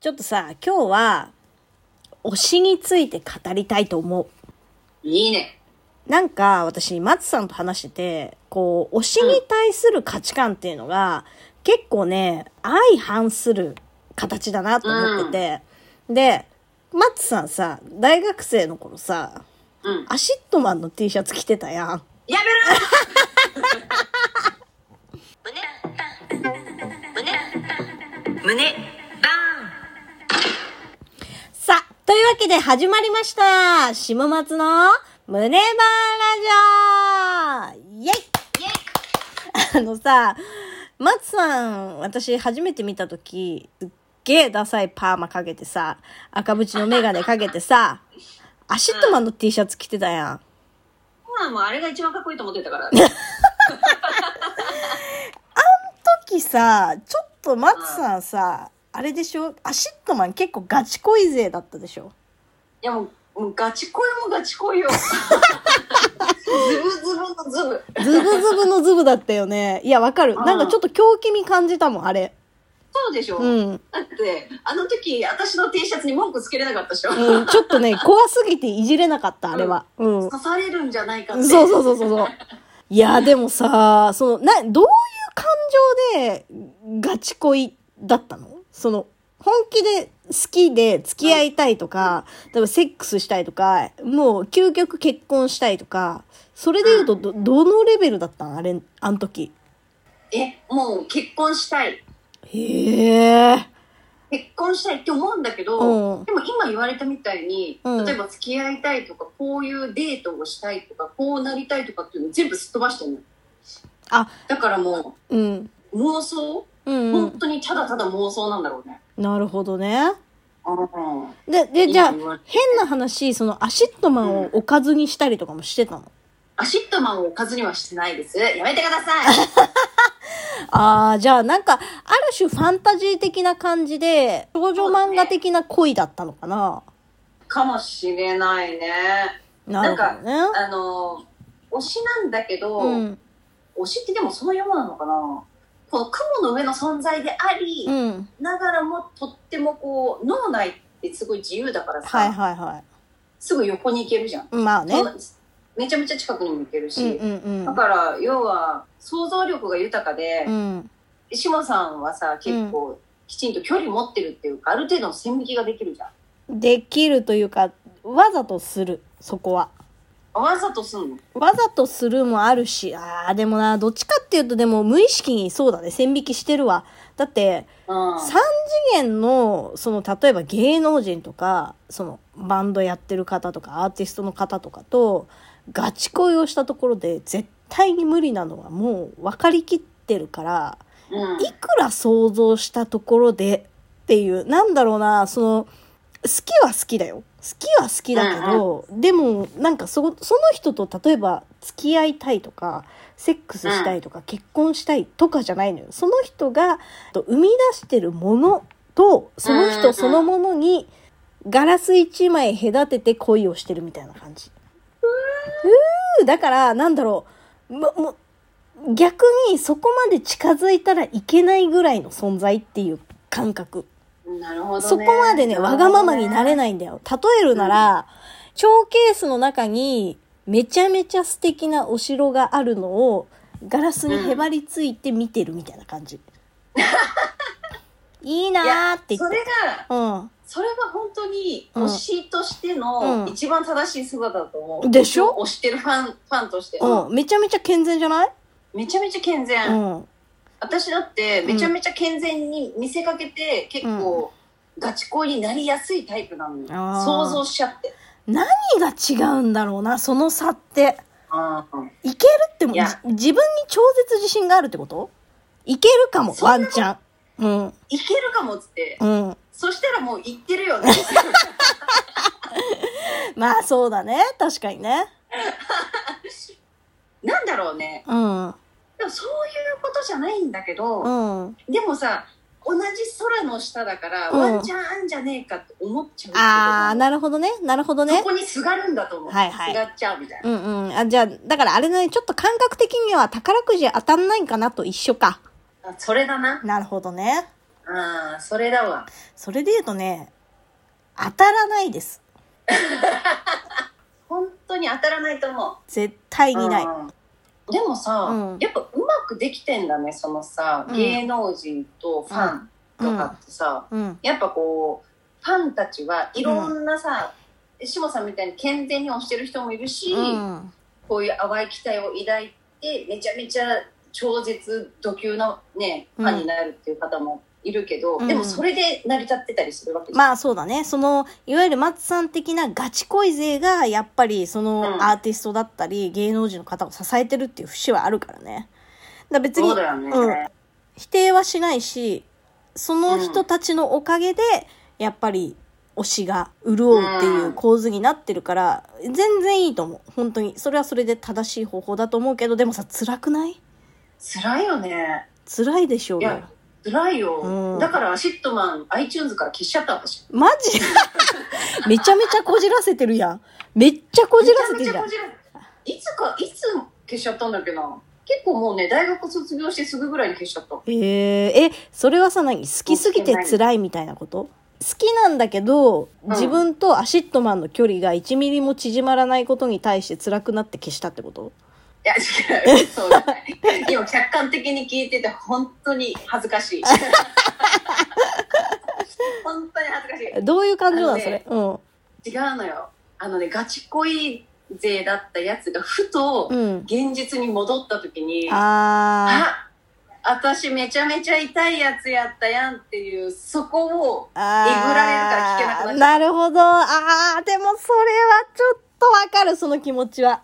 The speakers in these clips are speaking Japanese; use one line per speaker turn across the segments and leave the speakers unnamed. ちょっとさ、今日は、推しについて語りたいと思う。
いいね。
なんか、私、松さんと話してて、こう、推しに対する価値観っていうのが、結構ね、相反する形だなと思ってて、で、松さんさ、大学生の頃さ、
うん。
アシットマンの T シャツ着てたやん。
やめろ胸、胸、バ
さあ、というわけで始まりました。下松の胸バーラジオイェイ
ーンイェイ
あのさ、松さん、私初めて見たとき、すっげえダサいパーマかけてさ、赤縁のメガネかけてさ、アシットマンの T シャツ着てたやん。
まあもうあれが一番かっこいいと思って たから。
時さ、ちょっと松さんさ、あれでしょアシットマン結構ガチ恋勢だったでしょ
いやもう、もうガチ恋もガチ恋よ。ズブズブのズブ。
ズブズブのズブだったよね。いや、わかる。
うん
なんかちょっと狂気味感じたもん、あれ。
そうでしょ、
うん。
だって、あの時、私の T シャツに文句つけれなかったでしょ、
うん、ちょっとね、怖すぎていじれなかった、あれは。うん。
刺されるんじゃないかって。
そうそうそうそうそう。いや、でもさ、その、な、どういう感情でガチ恋だったのその、本気で好きで付き合いたいとか、例えばセックスしたいとか、もう究極結婚したいとか、それで言うとど、どのレベルだったんあれ、あの時。
え、もう結婚したい。
へえ。
結婚したいって思うんだけど、
うん
でも今言われたみたいに、
うん
例えば付き合いたいとかこういうデートをしたいとかこうなりたいとかっていうの全部すっ飛ばしてるの
あ、
だからも
うん。
う妄想、
うん、う
本
ん。
当にただただ妄想なんだろうね、
なるほどね。
うん、
で、で、じゃあ、
今言われ
変な話、そのアシットマンをおかずにしたりとかもしてたの
アシットマンをおかずにはしてないですやめてく ださい
ああ、じゃあなんか、ある種ファンタジー的な感じで、少女漫画的な恋だったのかな。
かもしれないね
なるほどね。
あの推しなんだけど、
うん。
推しってでもそういうものなのかなこの雲の上の存在であり、
うん。
ながらもとってもこう脳内ってすごい自由だからさ、
はいはいは
すぐ横に行けるじゃん、
い。まあね
そ。のめちゃめちゃ近くにも行ける
う
し、
んうん
だから要は想像力が豊かで
う、ん。うん。
志麻さんはさ結構きちんと距離持ってるっていうか、ある程度の線引きができるじゃん
できるというか、わざとする、そこは。
わざとすんの
わざとするもあるし、ああ、でもな、どっちかっていうと、でも無意識にそうだね、線引きしてるわ。だって、
うん
3次元のその例えば芸能人とかそのバンドやってる方とかアーティストの方とかとガチ恋をしたところで絶対に無理なのはもう分かりきってるから
うん
いくら想像したところでっていうなんだろうなその好きは好きだよ好きは好きだけど、でもなんかそその人と例えば付き合いたいとかセックスしたいとか、結婚したいとかじゃないのよその人がと生み出してるものとその
うんう
人
ん
そのものにガラス一枚隔てて恋をしてるみたいな感じ。うーだからなんだろうももう逆にそこまで近づいたらいけないぐらいの存在っていう感覚。
なるほど、ね、
そこまでね、わがままになれないんだよ。例えるなら、ショーケースの中に、めちゃめちゃ素敵なお城があるのを、ガラスにへばりついて見てるみたいな感じ。いい
い
なー
や
って言
そ
って。
れが
う
それが本当に
うん
推しとして
う
の
ん
一番正しい姿だと思う、
でしょ
推してるファンファンとして、
ん。うん。めちゃめちゃ健全じゃない
めちゃめちゃ健全、
うん。
私だってめちゃめちゃ健全に見せかけて、結構ガチ恋になりやすいタイプなのよ
あー
想像しちゃって
何が違うんだろうな、その差って。
う
いけるっても、
い
じ
や
自分に超絶自信があるってこといけるかも、
そん
ワ
なこ
ンチャン。うん。
んいけるかもっつって、
うん。
そしたらもう行ってる よね
まあそうだね。確かにね。
なんだろうね
うん。
でもそういうことじゃないんだけど、
うん。
でもさ同じ空の下だから、
うん
ワンチャンあんじゃねえかって思っちゃうけど
あー、なるほどね。なるほどね
そ。こにすがるんだと思う、
はいはい
すがっちゃうみたいな、
うんうん。あ、じゃあ、だからあれだね、ちょっと感覚的には宝くじ当たんないんかなと一緒か。
あそれだな
なるほどね。
うああ、それだわ。
それで言うとね、当たらないです。
本当に当たらないと思う。
絶対にない。
うんでもさ、
うん
やっぱうまくできてんだねそのさ
うん
芸能人とファンとかってさ、
うん。
やっぱこうファンたちはいろんなさ、しもさんみたいに健全に推してる人もいるし、
うん。
こういう淡い期待を抱いてめちゃめちゃ超絶度級のねファンになるっていう方もいるけど、
うん
でもそれで成り立ってたりするわけじゃん、
まあそうだね。その、いわゆる松さん的なガチ恋勢が、やっぱりそ
うん
のアーティストだったり、芸能人の方を支えてるっていう節はあるからね。だから別
そう
に
だよね、
うん否定はしないし、その人たちのおかげで、やっぱり推しが潤うっていう構図になってるから、全然いいと思う。本当に。それはそれで正しい方法だと思うけど、でもさ、辛くない
辛いよね
辛いでしょう
い
よ
や。辛いよ、
うん
だからシットマン iTunes から消しちゃった私
マジ めちゃめちゃこじらせてるやん。めっちゃこじらせてるやん
めちゃめ。ちゃこじらいつかいつ消しちゃったんだっけな結構もうね大学卒業してすぐぐらいに消しちゃった
えー、え、それはさ何好きすぎて辛いみたいなこと好きなんだけど、
ん
自分とアシットマンの距離が1ミリも縮まらないことに対して辛くなって消したってこと
いや違うそうじゃない今客観的に聞いてて本当に恥ずかしい本当に恥ずか
どういう感情な
あ
の
のね
それ。うん。
しい違うのよあのねガチ恋勢だったやつがふと
うん。
現実に戻った時に、
あ
あ私めちゃめちゃ痛いやつやったやんっていうそこを
ー。あー
えぐられるから聞けなくなっちゃう
るほど。あー、でもそれはちょっとわかる、その気持ちは。うん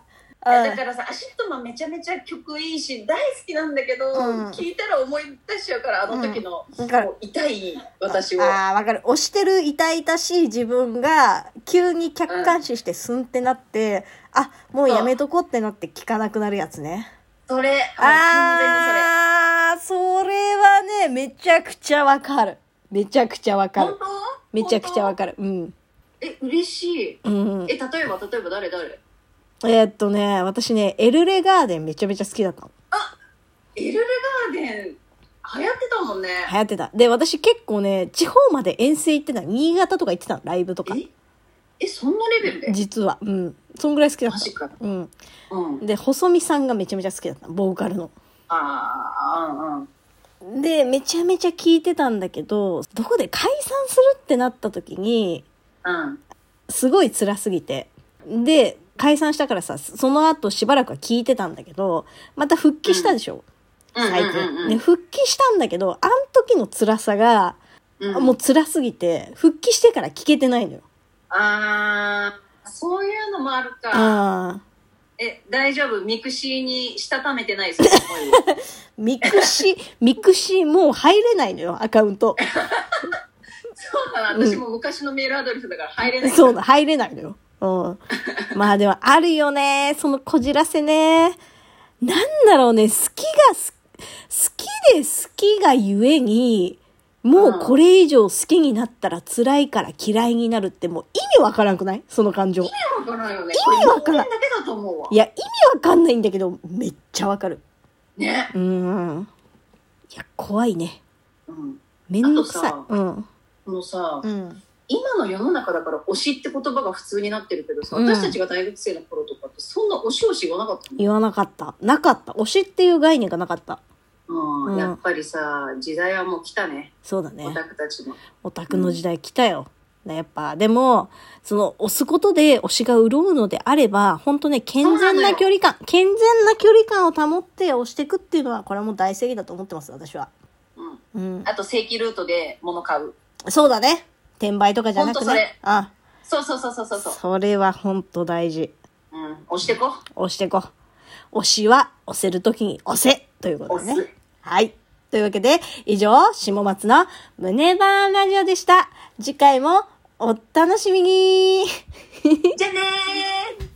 だからさアシットマンめちゃめちゃ曲いいし大好きなんだけど、
うん
聞いたら思い出しちゃうからあの時の、
わかる
もう痛い私を
ああ、わかる。押してる痛々しい自分が、急に客観視してスンってなって、あ、もうやめとこうってなって聞かなくなるやつね。
それ完
ああ、それはね、めちゃくちゃわかる。めちゃくちゃわか
全にそれ本
る。
当
めちゃくちゃわ
か
かる。うん。
るえ嬉しい
うん。
え例えば例えば誰誰
えーっとね、私ね、エルレガーデンめちゃめちゃ好きだったの。
エルレガーデン流行ってたもんね、
流行ってた。で、私結構ね、地方まで遠征行ってたの。新潟とか行ってたの、ライブとか。
ええそんなレベルで
実は。うん。そんぐらい好きだっ
マジか
た。うん。
うん
で、細見さんがめちゃめちゃ好きだったの、ボーカルの。
あーうんうん
で、めちゃめちゃ聞いてたんだけど、どこで解散するってなった時に、
うん
すごい辛すぎて。で、解散したからさ、その後しばらくは聞いてたんだけど、また復帰したでしょ、
うん
最
うんうん
近。ね、復帰したんだけど、あん時の辛さが、
うん
もう辛すぎて、復帰してから聞けてないのよ。
ああそういうのもあるか
ああ。
え、大丈夫ミクシーにしたためてない その思いを
ミクシ、 ミクシもう入れないのよ、アカウン ト。
そうだな、私も昔のメールアドレスだから入れない。
そうな、入れないのよ。うん。まあでもあるよね。そのこじらせね。なんだろうね。好きがす、好きで好きがゆえに、もうこれ以上好きになったら辛いから嫌いになるってもう意味わからんくないその感情。
意味わからんよね。
意味わからん
これ人間だけだと思うわ
い。や、意味わかんないんだけど、めっちゃわかる。
ね。
うーん。いや、怖いね。
うん。
めんどく
あ
さ
と
い。うん。
このさ、
うん。
今の世の中だから推しって言葉が普通になってるけどさ、
うん
私たちが大学生の頃とかってそんな推し推し言わなかったもん
言わなかった。なかった。推しっていう概念がなかった。
うん
うん
やっぱりさ、時代はもう来たね。
そうだね。
オタクたちも。
オタクの時代来たよ。ねやっぱ、でも、その、押すことで推しが潤うのであれば、本当ね、健
そう
全
なの
な
よ
距離感、健全な距離感を保って押していくっていうのは、これはもう大正義だと思ってます、私は。
う
う
ん。
ん。
あと正規ルートで物買う。
そうだね。転売とかじゃなく
ほんとそれ
ね。あ、
そうそうそうそうそうそう。
それは本当大事。
うん。押してこ。
押していこう。押しは押せるときに押せということで
押す
ね。はい。というわけで、以上、下松の胸バーンラジオでした。次回もお楽しみに
じゃあねー